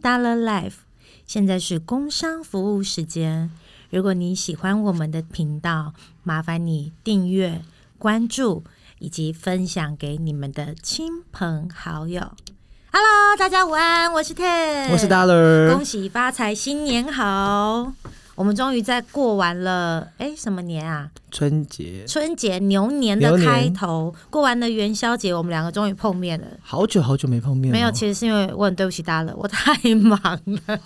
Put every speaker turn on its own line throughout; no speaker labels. Dollar Life。现在是工商服务时间，如果你喜欢我们的频道，麻烦你订阅、关注以及分享给你们的亲朋好友。Hello，大家午安，我是 Ten，
我是 Dollar，
嗯恭喜发财，新年好！我们终于在过完了，哎，什么年啊？
春节
春节牛年的
牛年
开头，过完了元宵节，我们两个终于碰面了。
好久好久没碰面了，
没有，其实是因为我很对不起大家了，我太 忙了，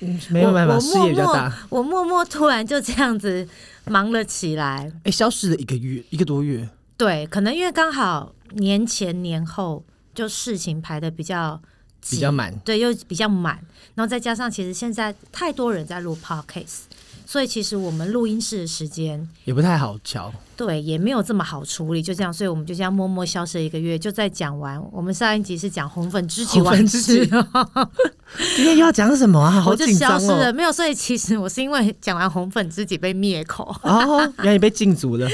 嗯没有办
我
法，
我
事业比较
默默
大。
我默默突然就这样子忙了起来。
哎，消失了一个月，一个多月，
对，可能因为刚好年前年后就事情排的比较
比
紧
较满。
对，又比较满，然后再加上其实现在太多人在录 podcast，所以其实我们录音室的时间
也不太好瞧。
对也没有这么好处理，就这样，所以我们就这样默默消失了一个月，就在讲完我们上一集是讲红粉知己
红粉
完
知
事
己，今天又要讲什么啊？好
我就
紧
消
张
失了，
哦！
没有，所以其实我是因为讲完红粉知己被灭口，
哦，原来你被禁足 了。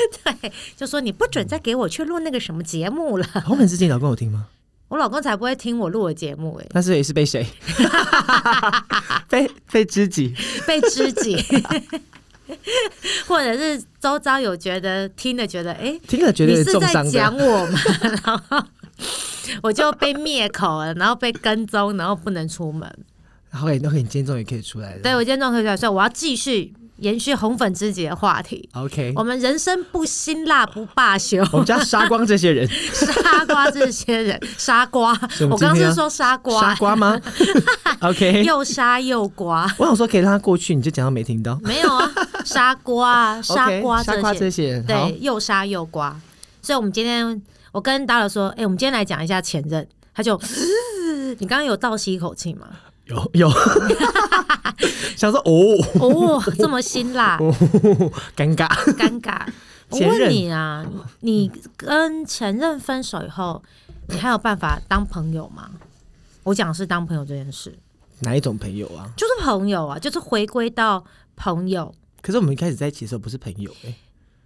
就说你不准
嗯
再给我去录那个什么节目了，
红粉知己，你老公有听吗？
我老公才不会听我录的节目诶、
但是也是 被谁？被被知己。
被知己， 或者是周遭有觉得听了觉得诶。
听了觉得
你是
重
在
伤
讲
的，
我 吗？然后我就被灭口了，然后被跟踪，然后不能出门。
好，OK，那 OK，你今天终于可以出来了。
对我今天终于可以说，我要继续延续红粉知己的话题。
，OK，
我们人生不辛辣不罢休，
我们就要杀光这些人，
杀瓜这些人，杀瓜。
所以
我
我们今天
刚刚是
要
说杀
杀
瓜，
瓜吗 ？OK，
又杀又瓜。
我想说可以让他过去，你就讲到没听到。
没有啊，杀瓜，杀
OK，
瓜
杀
啊这
瓜
些
这些人，好
对，又杀又刮。所以我们今天我跟达尔说，哎、我们今天来讲一下前任，他就。你刚刚有倒吸一口气 吗？
有 有，想说哦，
哦，这么辛辣，
尴尬。
尴尬。我
前
问
任
你啊，你跟前任分手以后，你还有办法当朋友吗？我讲的是当朋友这件事，
哪一种朋友啊？
就是朋友啊，就是回归到朋友。
可是我们一开始在一起的时候不是朋友哎、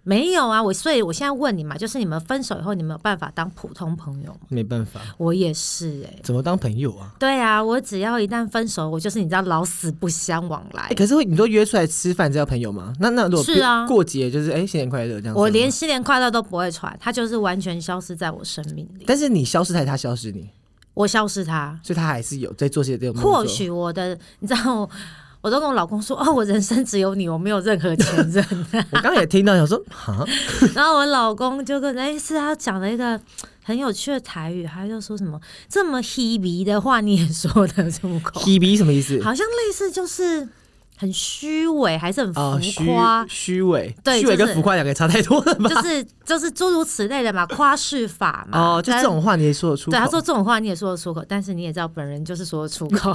没有啊，我所以我现在问你嘛，就是你们分手以后，你们有办法当普通朋友吗？
没办法，
我也是哎、
怎么当朋友啊？
对啊，我只要一旦分手，我就是你知道老死不相往来。
哎、可是会你都约出来吃饭，这叫朋友吗？那那如果
是啊
不过节就是哎、新年快乐这样子吗。
我连新年快乐都不会传，他就是完全消失在我生命里。
但是你消失他，他消失你，
我消失他，
所以他还是有在做些这种动作。
或许我的，你知道， 我都跟我老公说，哦，我人生只有你，我没有任何前任。
我刚刚也听到， 想说哈，
然后我老公就跟，哎，是他讲了一个很有趣的台语，他就说什么这么 hebe 的话，你也说得出口，
皮皮什么意思？
好像类似就是很虚伪，还是很
啊，
浮
虚
夸。
虚伪，
对
虚伪
就
跟
是
浮夸两个也差太多了吧？
就是就是诸如此类的嘛，夸饰法嘛。
哦，就这种话你也说得出
但。
口？
对，他说这种话你也说得出口，但是你也知道本人就是说得出 口。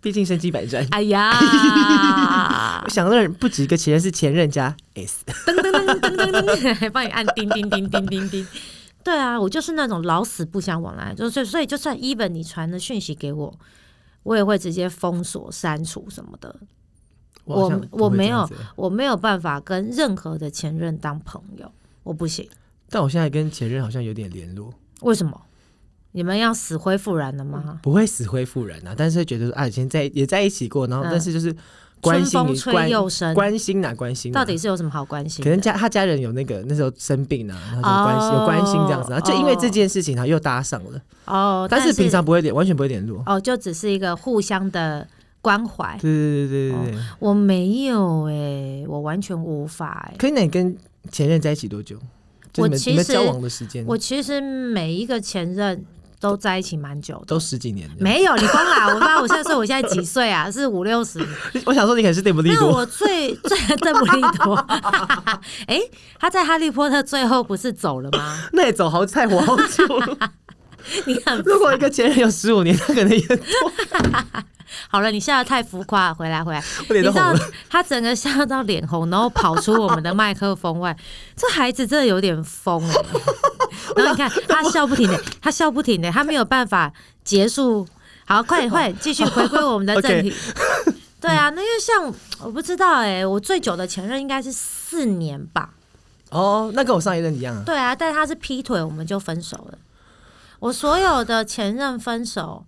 毕竟身经百战。
哎呀
我，想的人不止一个前任，是前任加 S。
噔噔噔噔噔噔，还帮你按叮叮叮叮叮叮。对啊，我就是那种老死不相往来，就是所以就算 even 你传的讯息给我，我也会直接封锁、删除什么的。
好
我
像不会
我没
这样
有
子欸
我没有办法跟任何的前任当朋友，我不行。
但我现在跟前任好像有点联络，
为什么？你们要死灰复燃了吗？
不会死灰复燃啊，但是会觉得说啊，以前在也在一起过，然后
嗯
但是就是关心
春风
你
吹
关
又生，
关心哪关心哪，啊
到底是有什么好关心的？
可能家他家人有那个那时候生病啊，然后就关心、
哦
有关心这样子，然后就因为这件事情，然后又搭上了，
哦，
但
是
是平常不会联完全不会联络，
哦，就只是一个互相的关怀。
对对对对对对。
我没有哎、我完全无法哎、
可是那你跟前任在一起多久？就
我
你们
其
你们
实
交往的时间，
我其实每一个前任都在一起蛮久的。
都十几年了。
没有，你疯啦！我爸，我现在说我现在几岁啊？是五六十。
我想说你可能是内不利
那
多，
我最最邓布利多， 哎、他在《哈利波特》最后不是走了吗？
那也走好太活好久 了。
你很
如果一个前任有十五年，他可能也
好了，你笑的太浮夸了，回来回来。
我脸
你
都
知道
红了。
他整个笑到脸红，然后跑出我们的麦克风外。 这孩子真的有点疯哎、 然后你看他笑不停的，他笑不停的，他没有办法结束。好，快点快点，继续回归我们 的正题。对啊，那因为像我不知道哎、我最久的前任应该是四年吧。
哦，那跟我上一任一样啊。
对啊，但他是劈腿，我们就分手了。我所有的前任分手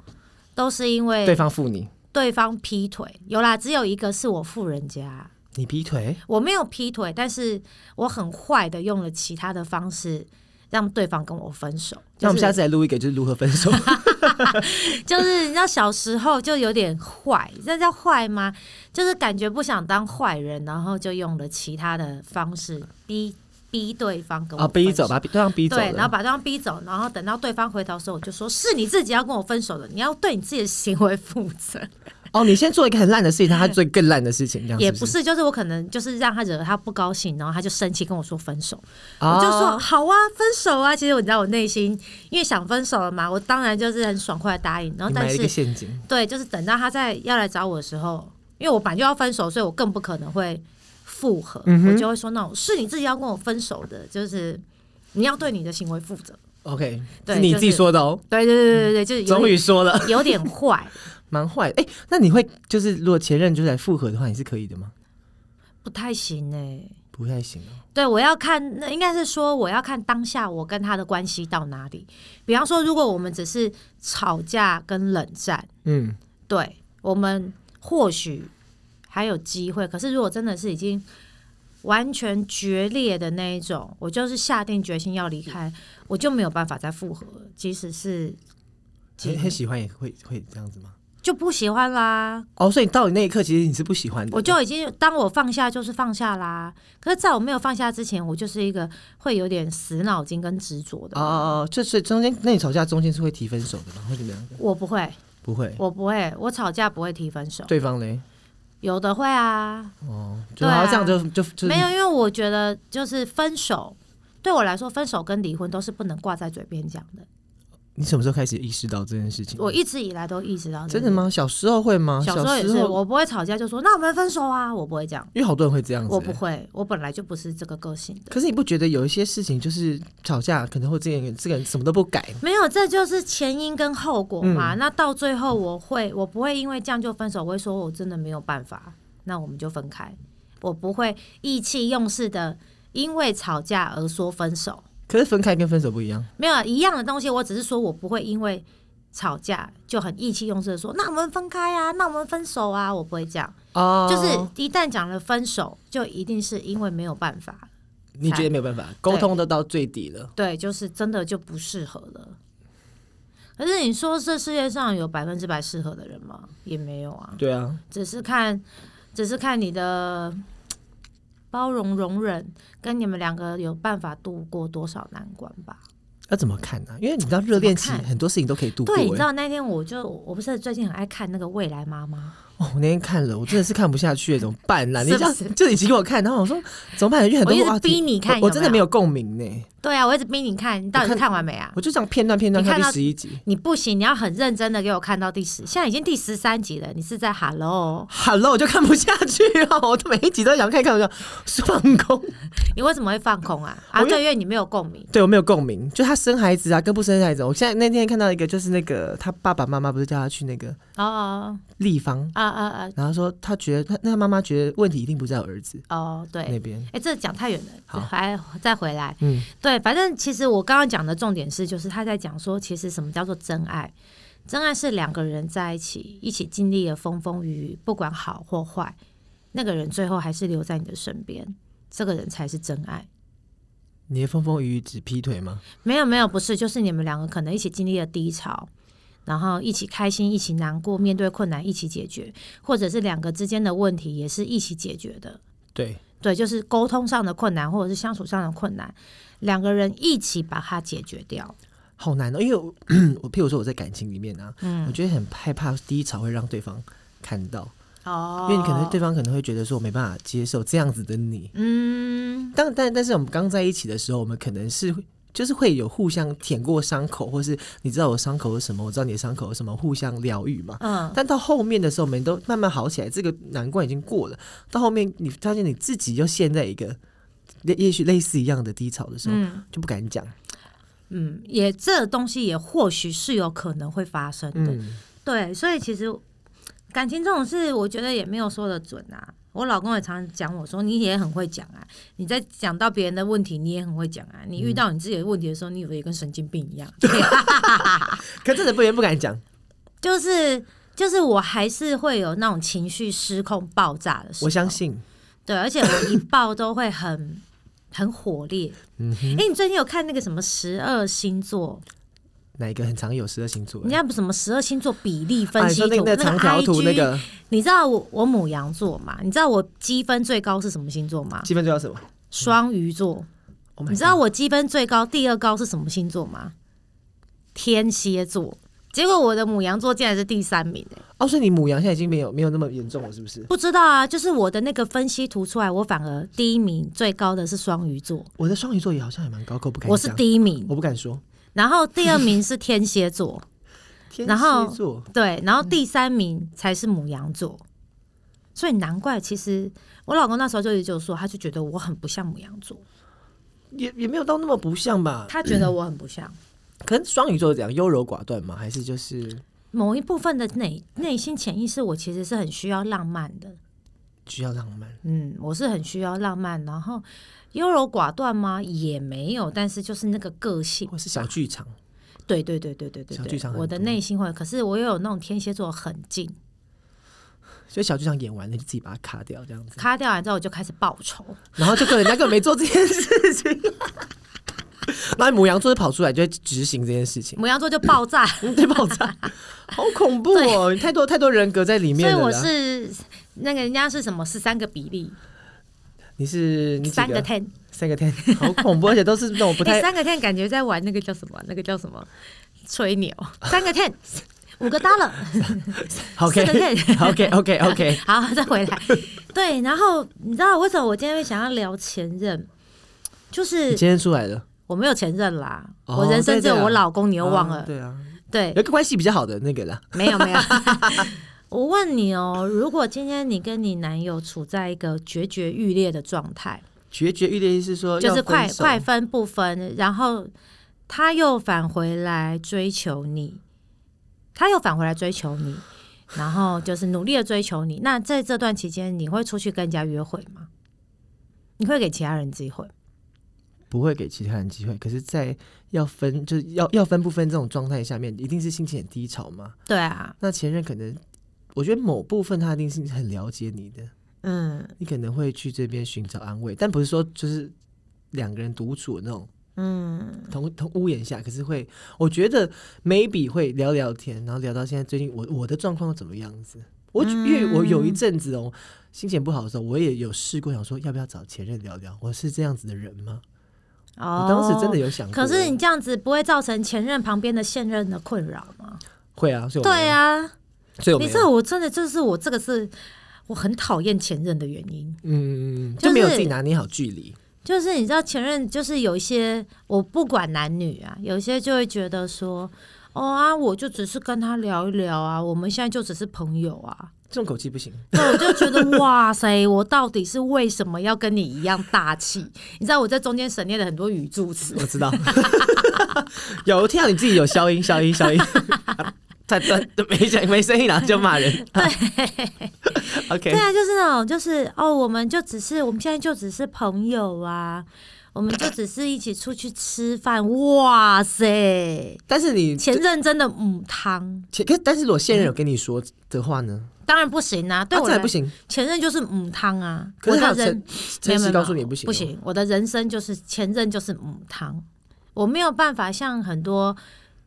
都是因为
对方负你，
对方劈腿，有啦，只有一个是我富人家，
你劈腿？
我没有劈腿，但是我很坏的用了其他的方式让对方跟我分手。
那我们下
次
次来录一个，就是如何分 手。
就是你知道小时候就有点坏，这叫坏吗？就是感觉不想当坏人，然后就用了其他的方式逼逼对方跟我
啊，逼
分手
走，把对方逼走
对，然后
了。
把对方逼走，然后等到对方回头的时候，我就说是你自己要跟我分手的，你要对你自己的行为负责。
哦，你先做一个很烂的事情，让他做一个更烂的事情，这样
也
不
不是，就是我可能就是让他惹他不高兴，然后他就生气跟我说分手，
哦
我就说好啊，分手啊。其实我你知道我内心因为想分手了嘛，我当然就是很爽快地答应，然后
你
但
埋了一
是
个陷阱。
对，就是等到他再要来找我的时候，因为我本来就要分手，所以我更不可能会复合，
嗯哼
我就会说那种是你自己要跟我分手的，就是你要对你的行为负责。
OK，
对
是你
就
自己
是
说的哦，
对对对对对，就是有
终
点
于说了，
有点坏，
蛮坏的。哎，那你会就是如果前任就是来复合的话，你是可以的吗？
不太行哎、
不太行哦。
对，我要看，那应该是说我要看当下我跟他的关系到哪里。比方说，如果我们只是吵架跟冷战，
嗯，
对我们或许还有机会。可是如果真的是已经完全决裂的那一种，我就是下定决心要离开，我就没有办法再复合了，即使是
很很喜欢也会会这样子吗？
就不喜欢啦，
哦，所以到你那一刻，其实你是不喜欢的。
我就已经当我放下就是放下啦。可是在我没有放下之前，我就是一个会有点死脑筋跟执着的人。
哦哦哦，就是中间那你吵架中间是会提分手的吗？会怎么样？
我不会，
不会，
我不会，我吵架不会提分手，
对方嘞？
有的会啊，
哦，就
对啊
好像这样就就就是
没有，因为我觉得就是分手对我来说，分手跟离婚都是不能挂在嘴边讲的。
你什么时候开始意识到这件事情？
我一直以来都意识到这
真
个
的？吗？小时候会吗？
小时候也是，我不会吵架就说那我们分手啊，我不会这样，
因为好多人会这样子、
我不会，我本来就不是这个个性的。
可是你不觉得有一些事情就是吵架，可能会这个人这个人什么都不改？
没有，这就是前因跟后果嘛。
嗯
那到最后，我会，我不会因为这样就分手，我会说我真的没有办法，那我们就分开。我不会意气用事的，因为吵架而说分手。
可是分开跟分手不一样。
没有啊一样的东西，我只是说我不会因为吵架就很意气用事的说，那我们分开啊，那我们分手啊，我不会这样。
哦
就是一旦讲了分手，就一定是因为没有办法，
你觉得没有办法沟通都到最底了，
对，就是真的就不适合了。可是你说这世界上有百分之百适合的人吗？也没有啊，
对啊，
只是看，只是看你的嘖包容、容忍，跟你们两个有办法度过多少难关吧。
要怎么看呢、因为你知道热恋期
怎么看
很多事情都可以度过、
对，你
欸
知道那天我就我不是最近很爱看那个《未来妈妈
哦，我那天看了，我真的是看不 下去，怎么办啊呢、你
是
这
不
样
是
就你请我看，然后我说怎么办？因为》，很
我
多
一
话
直逼
题，
你看
我我真的没
有
有共鸣呢、
没有。对啊，我一直逼你看，你到底
我
是
看
看完没啊？
我就这样片段片段
你看
看
到
第十一集。
你不行，你要很认真的给我看到第十，现在已经第十三集了，你是在 Hello？
Hello，我就看不下去了，我每一集都想看，看不下去，放空。
你为什么会放空啊？
我
啊，
就
对，因为你没有共鸣。
对我没有共鸣，就他生孩子啊，跟不生孩子。我现在那天看到一个，就是那个他爸爸妈妈不是叫他去那个
哦哦
立方，
啊啊啊
然后说他觉得他那他妈妈觉得问题一定不在儿子
哦，对，
那边。
哎，这讲太远
好
了，还再回来。
嗯，
对，反正其实我刚刚讲的重点是，就是他在讲说，其实什么叫做真爱？真爱是两个人在一起，一起经历了风风雨雨，不管好或坏，那个人最后还是留在你的身边，这个人才是真爱。
你的风风雨雨只劈腿吗？
没有没有，不是，就是你们两个可能一起经历了低潮，然后一起开心，一起难过，面对困难一起解决，或者是两个之间的问题也是一起解决的。
对，
对，就是沟通上的困难，或者是相处上的困难，两个人一起把它解决掉。
好难哦，因为我 我譬如说我在感情里面啊，
嗯
我觉得很害怕低潮会让对方看到，
哦
因为你可能对方可能会觉得说我没办法接受这样子的你。
嗯，
但但但是我们刚在一起的时候，我们可能是就是会有互相舔过伤口，或是你知道我伤口是什么，我知道你的伤口是什么，互相疗愈嘛。
嗯，
但到后面的时候，我们都慢慢好起来，这个难关已经过了。到后面你发现你自己又陷在一个也也许类似一样的低潮的时候，
嗯
就不敢讲。
嗯，也这东西也或许是有可能会发生的，
嗯，
对，所以其实感情这种事，我觉得也没有说的准啊。我老公也常常讲我说，你也很会讲啊，你在讲到别人的问题，你也很会讲啊。你遇到你自己的问题的时候，你以为跟神经病一样，
可真的不也不敢讲。
就是就是我还是会有那种情绪失控爆炸的时候。
我相信，
对，而且我一爆都会很很火烈。哎、
嗯哼，
你最近有看那个什么十二星座？
哪一个很常有十二星座？
人家不是什么十二星座比例
啊
分
你
析
说
图、
那个
那
长条图
IG
那个
你知道我我母羊座嘛？你知道我积分最高是什么星座吗？
积分就叫什么？
双鱼座。
Oh my
你知道
God
我积分最高第二高是什么星座吗？天蝎座。结果我的母羊座竟然是第三名、欸，
哦，所以你母羊现在已经没有没有那么严重了，是不是？
不知道啊，就是我的那个分析图出来，我反而第一名最高的是双鱼座，
我的双鱼座也好像也蛮高，可不敢讲。
我是第一名，
我不敢说。
然后第二名是天蝎 座，
天
然后
蝎座，
对，然后第三名才是母羊座，所以难怪其实我老公那时候就一直就说，他就觉得我很不像母羊座，
也也没有到那么不像吧？
他觉得我很不像。
可能双鱼座怎样优柔寡断吗？还是就是
某一部分的内内心潜意识，我其实是很需要浪漫的，
需要浪漫？
嗯，我是很需要浪漫，然后优柔寡断吗？也没有，但是就是那个个性，
或是小剧场？
对对对对对对
小剧场
对，
很
我的
多
内心会，可是我又有那种天蝎座很近，
所以小剧场演完了就自己把它卡掉这样子，
卡掉完之后我就开始报仇，
然后就跟人家根本没做这件事情。 然后母羊座就跑出来就会执行这件事情，
母羊座就爆 炸，
对爆炸，好恐怖哦！太多太多人格在里
所
面
以
了啦。
我是那个人家是什么十三个比例，
你是你几
三个
个
ten，
三个天，好恐怖，而且都是那种不
哎、
太
三个 ten 感觉在玩那个叫什么？那个叫什么？吹 牛，三个 ten，五个 dollar，四
OK 哎
个 ten。
OK OK OK，
好，再回来。对，然后你知道为什么我今天会想要聊前任？就是
你今天出来了，
我没有前任啦，
哦
我人生只有
对对啊
我老公，你又忘了。
啊对啊，
对
有一个关系比较好的那个啦，
没有没 有。我问你哦，如果今天你跟你男友处在一个决绝欲裂的状态，
决绝欲的意思是说
就是
要分
快
手
快分不分，然后他又返回来追求你，他又返回来追求你，然后就是努力的追求你。那在这段期间，你会出去跟人家约会吗？你会给其他人机会？
不会给其他人机会，可是，在要分就是要要分不分这种状态下面，一定是心情很低潮嘛。
对啊，
那前任可能，我觉得某部分他一定是很了解你的，
嗯
你可能会去这边寻找安慰，但不是说就是两个人独处那种
嗯，
同同屋檐下，可是会，我觉得 maybe 会聊聊天，然后聊到现在最近我我的状况怎么样子。我因为我有
嗯
一阵子哦，心情不好的时候，我也有试过想说要不要找前任聊聊，我是这样子的人吗？
哦，
我当时真的。有想过，
可是你这样子不会造成前任旁边的现任的困扰吗？
会啊，所以我没
对
有，
啊，
所以我没
你
有
知道我真的就是我这个是我很讨厌前任的原因。
嗯，
就是
就没有自己拿捏好距离。
就是你知道前任，就是有一些我不管男女啊，有一些就会觉得说，哦啊，我就只是跟他聊一聊啊，我们现在就只是朋友啊。
这种口气不行，
那我就觉得 哇塞，我到底是为什么要跟你一样大气？你知道我在中间省略了很多语助词，
我知道。 有我听到你自己有消音，消音，消音， 他他没声没声音，然后就骂人。对 ，OK，
对啊，就是那种就是哦，我们就只是我们现在就只是朋友啊，我们就只是一起出去吃饭。哇塞，
但是你
前任真的母汤，
前可但是如果现任有跟你说的话呢？
当然不行啊，嗯对
啊
我
这还
来
不行，
前任就是母汤啊，
可
我
是他
的
有
人
诚
没有没
诚实
有
告诉你
没有
不行，哦
不，行，我的人生就是前任就是母汤，我没有办法像很多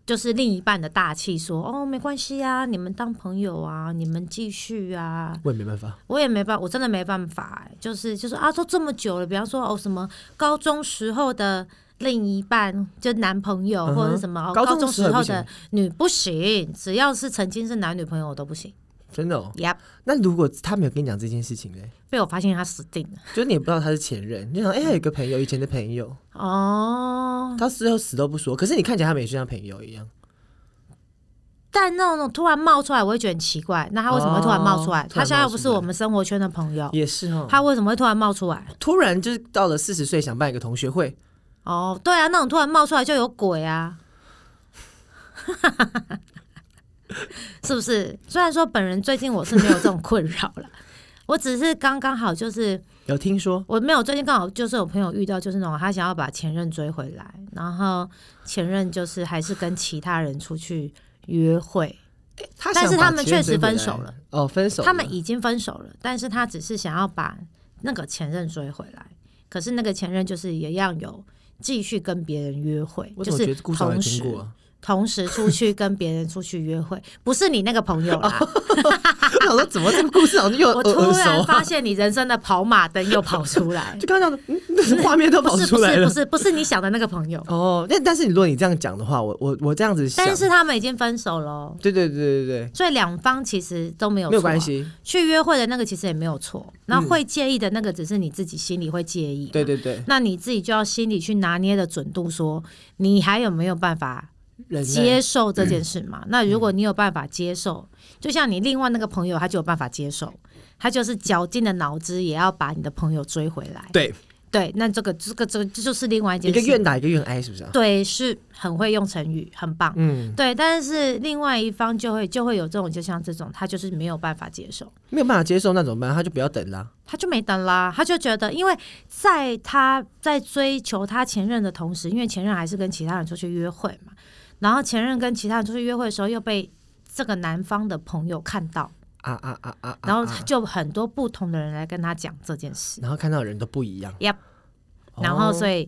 就是另一半的大气说哦没关系啊，你们当朋友啊，你们继续啊，
我也没办法。
我也没办，我真的没办法、欸，就是就是啊，都这么久了，比方说哦什么高中时候的另一半，就男朋友、
嗯哼
或者是什么、哦、
高
高
中
中
时
时
候
候
不行
的女不行，只要是曾经是男女朋友我都不行。
真的、哦。
Yep，
那如果他没有跟你讲这件事情呢？
被我发现他死定了。
就是你也不知道他是前任，你就想哎、有一个朋友，以前的朋友，
哦，
他最后死都不说，可是你看起来他们也就像朋友一样。
但那种突然冒出来，我会觉得很奇怪。那他为什么会突然冒出来？嗯
哦
他现在又不是
突然
我
冒出来
们生活圈的朋友，
也是哦，
他为什么会突然冒出来？
突然就是到了四十岁，想办一个同学会，
哦，对啊，那种突然冒出来就有鬼啊， 是不是？虽然说本人最近我是没有这种困扰了， 我只是刚刚好就是
有听说
我没有最近刚好就是有朋友遇到就是那种他想要把前任追回来，然后前任就是还是跟其他人出去约会，
哎、他
但是
想把
他们
前
确
任
实
追回
分
来
手了，
哦，分手了，
他们已经分手了，但是他只是想要把那个前任追回来，可是那个前任就是一样有继续跟别人约会，
我怎
就
么觉
是
得故事好像
同
听
时
过啊？
同时出去跟别人出去约会，不是你那个朋友 啦。
我想说怎么这个故事好像又
我
耳
突
耳熟
然
啊，
发？现你人生的跑马灯又跑出来
就刚刚讲的，嗯，那是画面 都跑
不是
出
不
来
是
了
不。是不是你想的那个朋 友，
哦，但但是如果你这样讲的话，我我我这样子想，
但是他们已经分手了哦，
对对对对对，
所以两方其实都没有
没有
错啊
关。系，嗯
去约会的那个其实也没有错，那会介意的那个只是你自己心里会介意。
对对对，
那你自己就要心里去拿捏的准度说你还有没有办法
忍耐嗯
接受这件事嘛？那如果你有办法接受，就像你另外那个朋友，他就有办法接受，他就是绞尽了脑汁也要把你的朋友追回来。
对，
对，那这个这个这个这就是另外一件
一
事。
个愿打一个愿挨，是不是啊？
对，是很会用成语，很棒。
嗯，
对，但是另外一方就会就会有这种，就像这种，他就是没有办法接受。
没有办法接受那怎么办？他就不要等啦。
他就没等啦，他就觉得，因为在他在追求他前任的同时，因为前任还是跟其他人出去约会嘛，然后前任跟其他人出去约会的时候，又被这个男方的朋友看到，
啊啊啊啊！啊
然后
啊
就很多不同的人来跟他讲这件事，
然后看到的人都不一样哦
Yep，然后所
以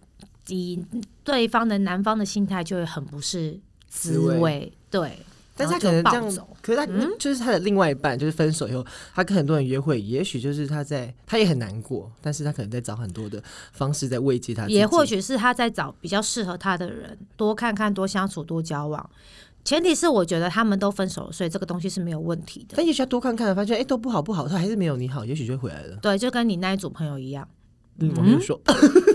以以对方的男方的心态就会很不是滋
滋味
味，对，
但是
然后就
他可能这
暴
样
走，
可是他就是他的另外一半，就是分手以后，他跟很多人约会，也许就是他在他也很难过，但是他可能在找很多的方式在慰藉他自己，
也或许是他在找比较适合他的人，多看看、多相处、多交往。前提是我觉得他们都分手了，所以这个东西是没有问题的。
但也许他多看看，发现哎、都不好不好，他还是没有你好，也许就回来了。
对，就跟你那一组朋友一样，
嗯，我没有说，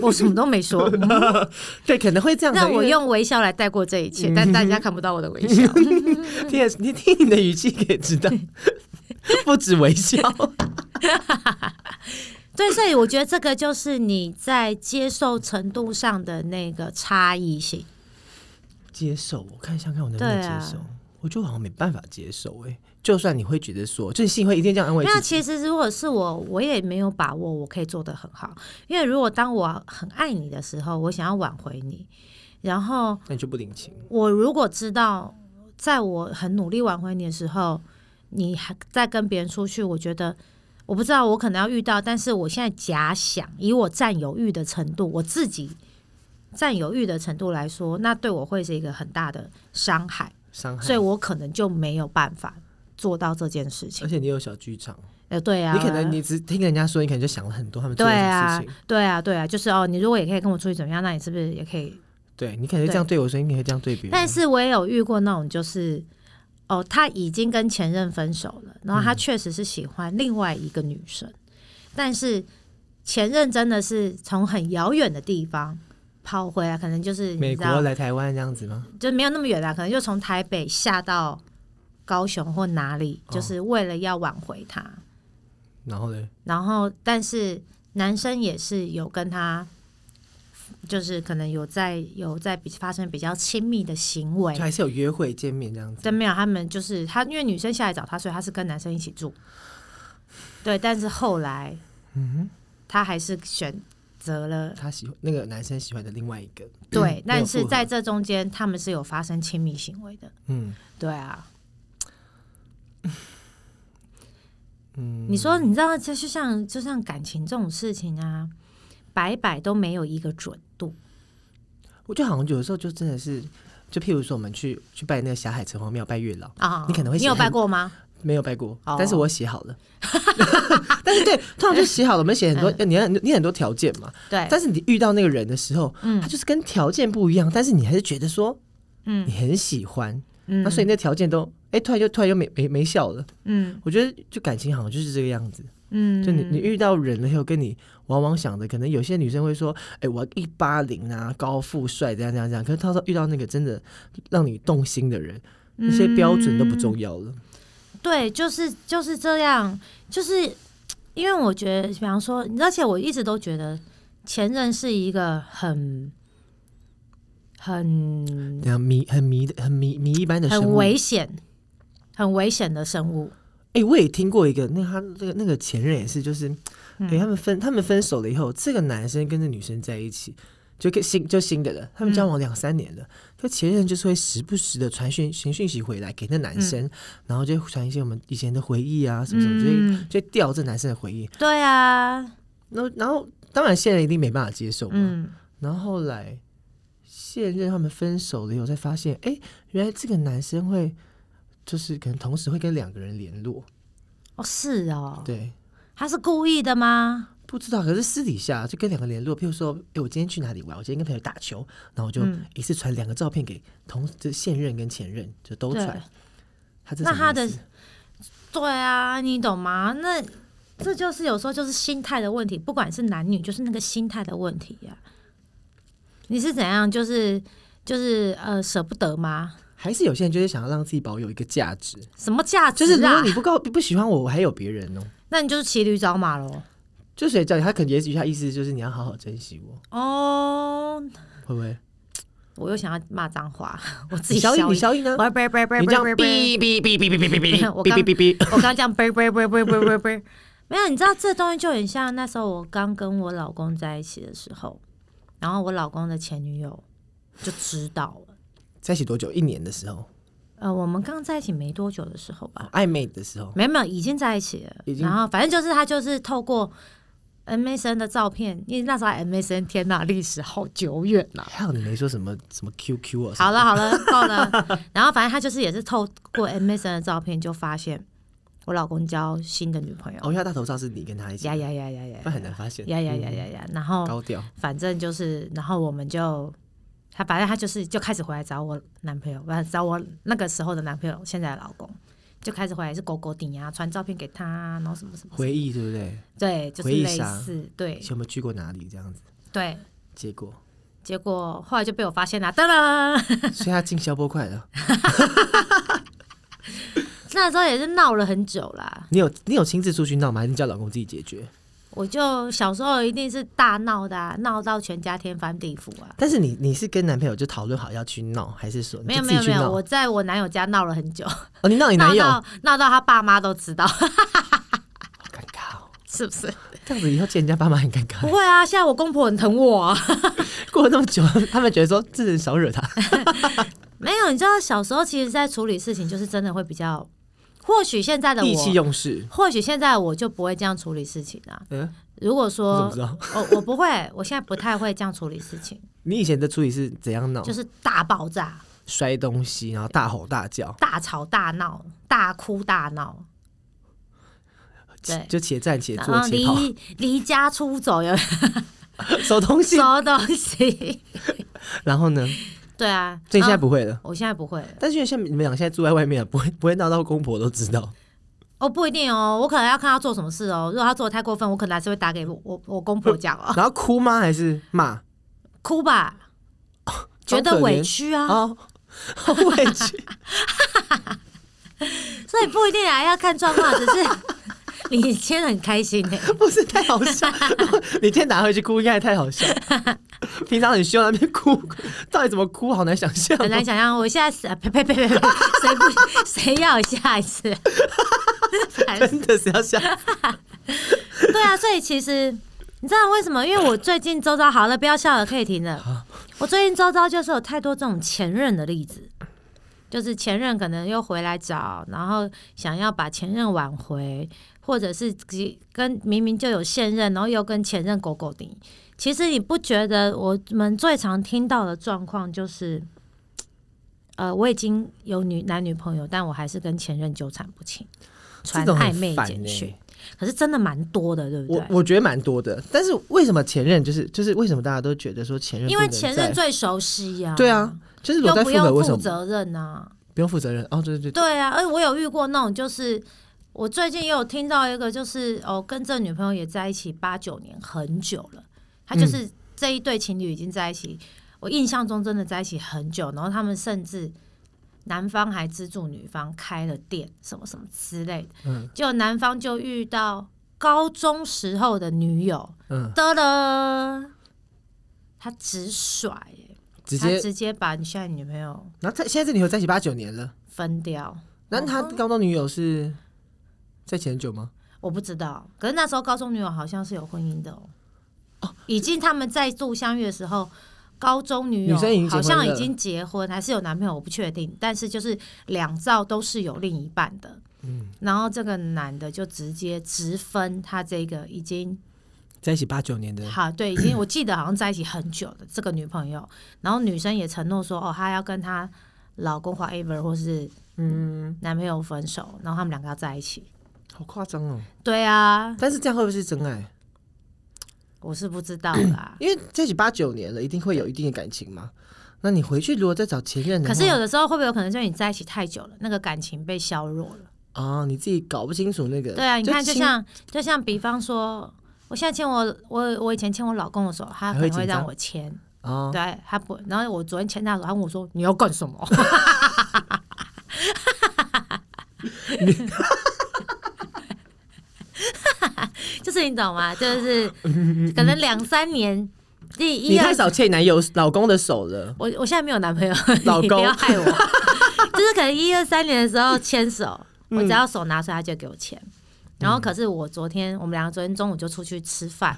我什么都没 说，嗯
对，可能会这样子。
让我
因为
用微笑来带过这一切，但大家看不到我的微笑。
嗯听你听你的语气可以 知道，不止微笑。
对，所以我觉得这个就是你在接受程度上的那个差异性。
接受，我看一下看我能不能
对
接
啊
受。我觉得我好像没办法接受哎、就算你会觉得说，就是心里会一定这样安慰
那
自己，
其实如果是我，我也没有把握我可以做得很好，因为如果当我很爱你的时候，我想要挽回你，然后
那你就不领情。
我如果知道，在我很努力挽回你的时候，你还在跟别人出去，我觉得我不知道我可能要遇到，但是我现在假想，以我占有欲的程度，我自己占有欲的程度来说，那对我会是一个很大的伤害，
伤害。
所以我可能就没有办法做到这件事
而
情。
且你有小剧场，
呃，对啊，
你可能你只听人家说，你可能就想了很多他们做
对
的事
啊
情。，
对啊，对啊，就是哦，你如果也可以跟我出去怎么样，那你是不是也可以
对你可能这样对我说，你可以这样对别人。
但是我也有遇过那种，就是哦，他已经跟前任分手了，然后
嗯
他确实是喜欢另外一个女生，但是前任真的是从很遥远的地方跑回来，可能就是你
美
知
国
道，
来台湾这样子吗？
就没有那么远啦，可能就从台北下到高雄或哪里，
哦
就是为了要挽回他。
然后呢？
然后，但是男生也是有跟他。就是可能有在有在比发生比较亲密的行为
就，还是有约会见面这样子
真。没有，他们就是他，因为女生下来找他，所以他是跟男生一起住。对，但是后来，嗯他还是选择了
他喜欢那个男生喜欢的另外一个，
对，
嗯没有
但
复
是
合
在这中间，他们是有发生亲密行为的。
嗯，
对啊，嗯，你说，你知道，就就像就像感情这种事情啊，摆摆都没有一个准度。
我就好像有的时候就真的是，就譬如说我们去去拜那个霞海城隍庙拜月老，
啊、
你可能会
你有
喜欢
拜过吗？
没有拜过，
哦
但是我写好了。 但是对，通常就写好了，我们写很多，你很你很多条件嘛。
嗯对，
但是你遇到那个人的时候，
嗯
他就是跟条件不一样，但是你还是觉得说，
嗯
你很喜欢，
嗯，
那所以那条件都，哎、突然就突然就没没没笑了。
嗯
我觉得就感情好像就是这个样子，
嗯，
就你你遇到人了以后，跟你往往想的，可能有些女生会说，哎、我要一八零啊，高富帅这样这样这样，可是到时候遇到那个真的让你动心的人，那些标准都
嗯
不重要了。
对，就是就是这样，就是因为我觉得，比方说，而且我一直都觉得前任是一个很很
然后迷很迷的很迷迷一般的生
很
物。
危险、很危险的生物。
哎、我也听过一个，那他那个那个前任也是，就是，哎、
嗯
他们分他们分手了以后，这个男生跟这女生在一起，就跟新就新的人，他们交
嗯
往两三年了，就前任就是会时不时的传讯传讯息回来给那
嗯
男生，然后就传一些我们以前的回忆啊什么什么，
嗯
就会就会调这男生的回忆。
对啊，
然后然后当然现任一定没办法接受嘛。
嗯，
然后后来现任他们分手了以后，才发现，哎，原来这个男生会就是可能同时会跟两个人联络，
哦是哦，
对，
他是故意的吗？
不知道，可是私底下就跟两个联络，譬如说，哎，我今天去哪里玩？我今天跟朋友打球，然后我就
嗯
一次传两个照片给同这现任跟前任，就都
对
传。他这
那
什么
他
意
的
思
对啊，你懂吗？那这就是有时候就是心态的问题，不管是男女，就是那个心态的问题呀、你是怎样？就是就是呃，舍不得吗？
还是有些人就是想要让自己保有一个价值，
什么价值
就是如
啊？
果你不够不喜欢我，我还有别人哦。
那你就是骑驴找马喽。
就谁叫你？他可能也许他意思就是你要好好珍惜我，
哦，
会不会？
我又想要骂脏话，我自
你
己
消音，
消
你
音。
消音呢？
我啵啵啵
你这样
啵
哔
啵。
哔哔哔哔哔哔 哔
我
哔
刚
哔哔哔，
我刚这样啵啵啵啵啵啵啵没有，你知道这东西就很像那时候我刚跟我老公在一起的时候，然后我老公的前女友就知道了。
在一起多久？一年的时候，哦
呃，我们刚在一起没多久的时候吧，
暧昧的时候，
没有没有，已经在一起了
已。经
然后反正就是他就是透过 MSN 的照片，因为那时候还 MSN 天呐，历史好久远呐、
还好你没说什么什么 QQ 啊。
好，了好了，够 了。然后反正他就是也是透过 MSN 的照片就发现我老公交新的女朋友。
哦，因为他大头照是你跟他一起
呀，呀呀呀呀！
那很难嗯发现，
呀呀呀呀呀！然后
高调。
反正就是，然后我们就他反正他就是就开始回来找我男朋友，不找我那个时候的男朋友，现在的老公。就开始回来是狗狗顶啊，传照片给他啊，然后什么什么什么，
回忆对不对？
对，就是
回忆
类
杀
似，对
以前有没有去过哪里这样子？
对。
结果，
结果后来就被我发现了，当然
所以他进消波快了。
那时候也是闹了很久啦。
你有你有亲自出去闹吗？还是你叫老公自己解决？
我就小时候一定是大闹的、啊，闹到全家天翻地覆啊！
但是你你是跟男朋友就讨论好要去闹，还是说你
没有
就
没
自己
有
去
没有，
闹？
我在我男友家闹了很久，
哦，你闹你
闹
男友，好
到闹到他爸妈都知道，
尴尬哦。
是不 是？
这样子以后见人家爸妈很尴
不
尬。
会啊，现在我公婆很疼我、啊。
过了那么久，他们觉得说这人少惹他。
没有，你知道小时候其实，在处理事情就是真的会比较，或许现在的
意气
我，
用事。
或许现在我就不会这样处理事情啊。
嗯，
如果
你怎么
说哦
知道？
我我不会，我现在不太会这样处理事情，
你以前的处理是怎样闹？
就是大爆炸、
摔东西，然后大吼大叫，
大吵大闹、大哭大闹，对
就且战且
然
坐
后
且跑，
离离家出走，有
收东西。
收东西。
然后呢？
对啊，
所以你现在
嗯
不会了。
我现在不会了。
但是因为像你们俩现在住在外面，不会不会闹到公婆都知道。
哦，不一定哦，我可能要看他做什么事哦。如果他做的太过分，我可能还是会打给我我我公婆讲 哦，
然后哭吗？还是骂？
哭吧，觉
好
得
可怜
委屈啊。
哦，好委屈。
所以不一定啊，要看状况，只 是你今天很开心欸呢、
不是太好笑， 你今天拿回去哭应该也太 好笑。平常很凶，在那边哭，到底怎么哭？好难想象哦、
很难想象，我现在是啊呸呸呸呸呸，谁不谁要有下一 次？烦死
真的是要笑。
对啊，所以其实你知道为什么？因为我最近周遭好了，不要笑了，可以停了。
啊
我最近周遭就是有太多这种前任的例子，就是前任可能又回来找，然后想要把前任挽回，或者是跟跟明明就有现任，然后又跟前任狗狗顶。其实你不觉得我们最常听到的状况就是？呃，我已经有女男女朋友，但我还是跟前任纠缠不清，传
这种很
暧昧
烦
简
欸
讯，可是真的蛮多的，对不对
我？我觉得蛮多的，但是为什么前任就是就是为什么大家都觉得说前任
因
不
为
能
前任
再
最熟悉呀、
对啊，，就是裸
又
在
不
副本
用
为什
负
么
责任啊。
不用负责任？哦，对对对，
对啊，而且我有遇过那种，就是我最近也有听到一个，就是哦，跟这女朋友也在一起八九年，很久了。他
嗯
就是这一对情侣已经在一起，我印象中真的在一起很久，然后他们甚至男方还资助女方开了店，什么什么之类的。
嗯
结果男方就遇到高中时候的女友，
嗯，
得了，他直甩、欸。
直
他
接，
直接把你现在女朋友
然后他现在这女友在一起八九年了，
分掉，
那他
嗯
高中女友是在前久吗？
我不知道。可是那时候高中女友好像是有婚姻的、哦，已经他们在住相遇的时候，高中女友
女生已经结婚
好像
了
已经结婚，还是有男朋友，我不确定。但是就是两造都是有另一半的，
嗯，
然后这个男的就直接直分他这个已经
在一起八九年的，
好对，已经我记得好像在一起很久的这个女朋友，然后女生也承诺说哦，她要跟她老公 whatever 或是
嗯，
男朋友分手，然后他们两个要在一起。
好夸张哦。
对啊，
但是这样会不会是真爱？。
我是不知道啦
因为在一起八九年了，一定会有一定的感情嘛。那你回去如果再找前任的话，
可是有的时候会不会有可能，就是你在一起太久了，那个感情被削弱了？
啊、你自己搞不清楚那个。
对啊，你看，就
亲
像就像比方说，我现在牵我我我以前牵我老公的时候，他
还
可能会
会紧
让
张
我牵，
啊，
对他不。然后我昨天牵他的时候，他问我说：“你要干什么
你？”
就是你懂吗？就是可能两三年，第一
你太
二，
少牵你男友老公的手了。
我我现在没有男朋友，
老
你不要
公
害我。 就是可能一二三年的时候牵 手，
嗯
我只要手拿出来，他就给我钱。然后可是我昨天，我们两个昨天中午就出去吃饭，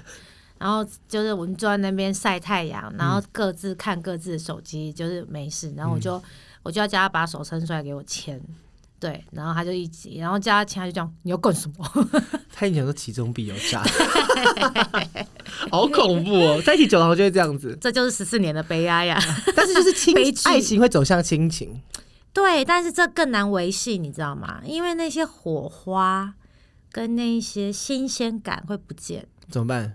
然后就是我们坐在那边晒太阳，然
嗯
后各自看各自的手机，就是没事。然后我就、我就要叫他把手伸出来给我签，对，然后他就一起，然后叫他签，他就这样，你要干什么？
他一讲说其中必有诈，好恐怖哦！在一起久了好像就会这样子，
这就是十四年的悲哀啊呀。
但是就是亲
悲剧
爱情会走向亲情，
对，但是这更难维系，你知道吗？因为那些火花跟那一些新鲜感会不见，
怎么办？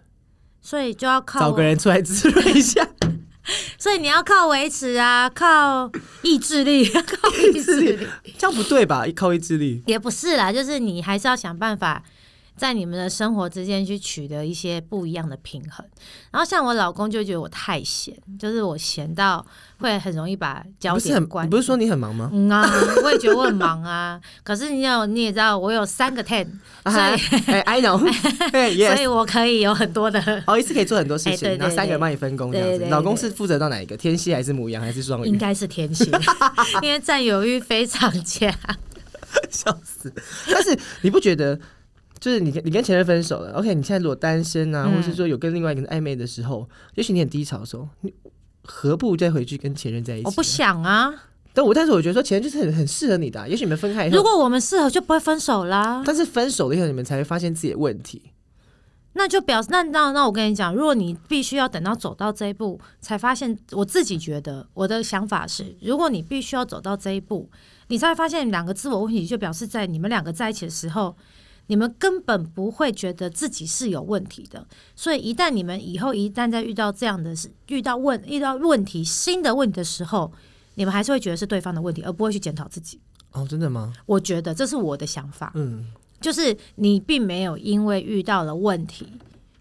所以就要靠
找个人出来滋润一下，
所以你要靠维持啊，靠意志力， 靠意志力
这样不对吧？靠意志力，
也不是啦，就是你还是要想办法在你们的生活之间去取得一些不一样的平衡。然后像我老公就觉得我太闲，就是我闲到会很容易把焦
不是
点
很？
关。
你不是说你很忙吗？
嗯啊，我也觉得我很忙啊。可是你有你也知道，我有三个 ten，
啊
所
哈
以
哎 ，I know，哎
所
，yes，
以我可以有很多的，
哦，一次可以做很多事
哎对
情，
对
然后三个人帮你分工这样
对
子。
对对
老公是负责到哪一个？天蝎还是母羊还是双
应
鱼？
该是天蝎，因为占有欲非常强。
笑死！但是你不觉得，就是你跟你跟前任分手了，OK，你现在如果单身啊，
嗯
或是说有跟另外一个人暧昧的时候，也许你很低潮的时候，你何不再回去跟前任在一起？
我不，想啊，
但我但是我觉得说前任就是很很适合你的啊、也许你们分开以
如
后，
果我们适合，就不会分手啦。
但是分手了以后，你们才会发现自己的问题。
那就表示，那那那我跟你讲，如果你必须要等到走到这一步，才发现，我自己觉得我的想法是，如果你必须要走到这一步，你才会发现两个自我问题，就表示在你们两个在一起的时候，你们根本不会觉得自己是有问题的。所以一旦你们以后一旦在遇到这样的事，遇到问遇到问题新的问题的时候，你们还是会觉得是对方的问题，而不会去检讨自己。
哦，真的吗？
我觉得这是我的想法。
嗯，
就是你并没有因为遇到了问题，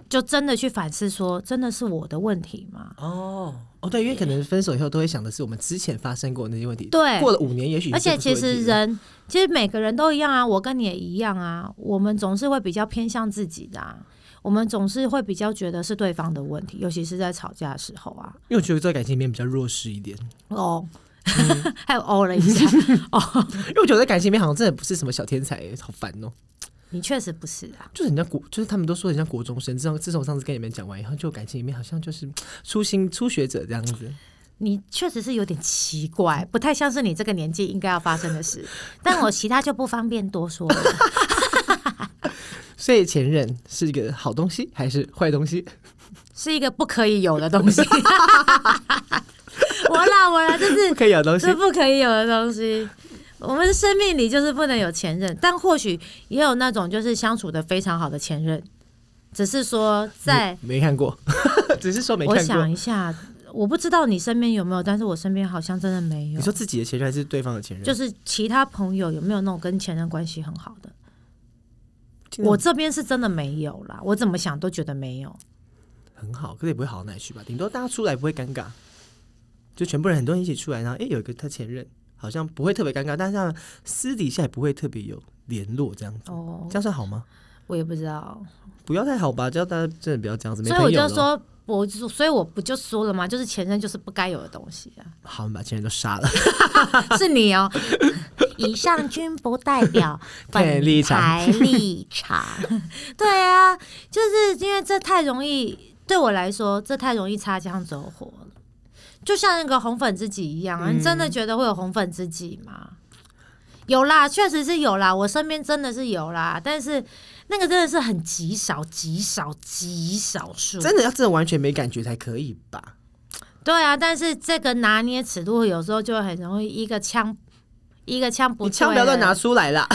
就真的去反思说，真的是我的问题吗？
哦，哦，对，因为可能分手以后都会想的是我们之前发生过的那些问题。
对
过了五年，也许
哎而且
就不是
其
问题
实
了
人，其实每个人都一样啊，我跟你也一样啊，我们总是会比较偏向自己的、啊，我们总是会比较觉得是对方的问题，尤其是在吵架的时候啊。
因为我觉得在感情里面比较弱势一点，
哦，
嗯
还有哦了一下，
因为我觉得在感情里面好像真的不是什么小天才、好烦哦、
你确实不是啊。
就是人家国，就是他们都说人家国中生，自从自从我上次跟你们讲完以后，就感情里面好像就是嗯初心初学者这样子。
你确实是有点奇怪，不太像是你这个年纪应该要发生的 事，但我其他就不方便多说了。
所以前任是一个好东西还是坏东西？
是一个不可以有的东西。 我啦我啦，这
不
是
可以有啊东西
这。不可以有的东西。我们生命里就是不能有前任，但或许也有那种就是相处的非常好的前任，只是说在
没没看过， 只是说没
我
看
想
过。
一下，我不知道你身边有没有，但是我身边好像真的没有
你。说自己的前任还是对方的前任？
就是其他朋友有没有那种跟前任关系很好的？
真的
我这边是真的没有啦，我怎么想都觉得没有。
很好，可是也不会好到哪里去吧？顶多大家出来不会尴尬，就全部人很多人一起出来，然后诶有一个他前任，好像不会特别尴尬，但是他们私底下也不会特别有联络这样子。
哦
这，样算好吗？
我也不知道。
不要太好吧，叫大家真的不要这样子。没
所以我
朋友
就
了
说，我就所以我不就说了吗？就是前任就是不该有的东西啊，
好，我们把前任都杀了。
是你哦。以上均不代 表
本立 场
台立场。对啊，就是因为这太容易。对我来说，这太容易擦枪走火了，就像那个红粉知己一样啊！
嗯
你真的觉得会有红粉知己吗？有啦，确实是有啦，我身边真的是有啦，但是那个真的是很极少、极少、极少数。
真的要真的完全没感觉才可以吧？
对啊，但是这个拿捏尺度有时候就很容易一个枪。一个枪不
你
对，
枪不啊要乱拿，出来啦！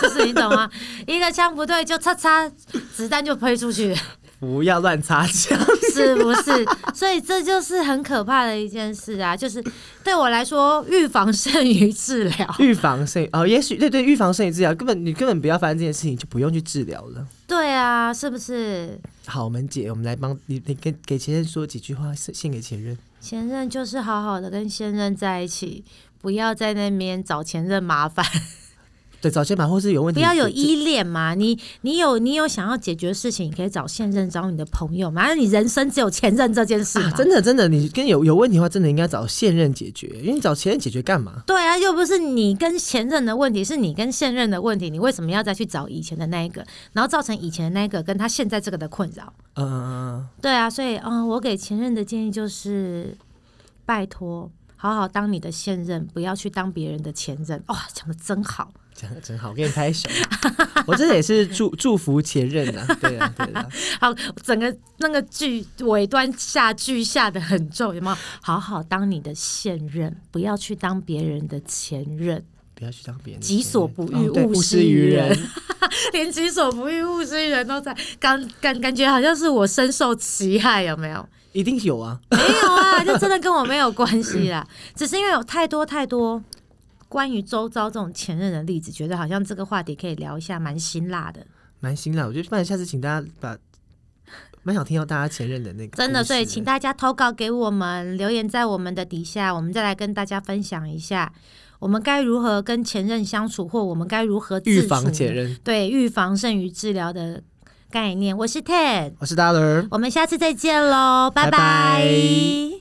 就是你懂吗？ 一个枪不对就擦擦，子弹就飞出去，
不要乱擦枪。
是不是？ 所以这就是很可怕的一件事啊！就是对我来说，预防胜于治疗。
预防胜哦，也许对对，预防胜于治疗，根本你根本不要发生这件事情，就不用去治疗了。
对啊，是不是？
好，我们姐，我们来帮你，你给给前任说几句话，献献给前任。
前任就是好好的跟现任在一起，不要在那边找前任麻烦，
对，找先把或是有问
不
题，
要有
就
依恋嘛。你你有你有想要解决的事情，你可以找现任，找你的朋友嘛。反啊正你人生只有前任这件事嘛。
啊，真的真的，你跟有有问题的话，真的应该找现任解决，因为你找前任解决干嘛？
对啊，又不是你跟前任的问题，是你跟现任的问题。你为什么要再去找以前的那一个，然后造成以前的那一个跟他现在这个的困扰？
嗯嗯
对啊，所以嗯，我给前任的建议就是，拜托，好好当你的现任，不要去当别人的前任。哇、讲的真好，
嗯，讲的真好，我给你拍手。 我真的也是祝祝福前任的、啊，对啊对啊，
好，整个那个句尾端下句下的很重，有没有？好好当你的现任，不要去当别人的前任，
不要去当别人的
己
前
所
任
不
哦
欲
对
勿
勿
施
施
于
于
人
人。
连己所不欲，勿施于人都在，感感感觉好像是我深受其害，有没有？
一定有啊，
没有啊， 就真的跟我没有关系啦，只是因为有太多太多关于周遭这种前任的例子，觉得好像这个话题可以聊一下，蛮辛辣的，
蛮辛辣。我觉得不然下次请大家把，蛮想听到大家前任的那个
真的。
故事
所以请大家投稿给我们，留言在我们的底下，我们再来跟大家分享一下，我们该如何跟前任相处，或我们该如何自
预
处
防
呢
前，任。
对预防胜于治疗的概念。我是 Ted，
我是 Dollar。
我们下次再见喽，拜
拜拜
拜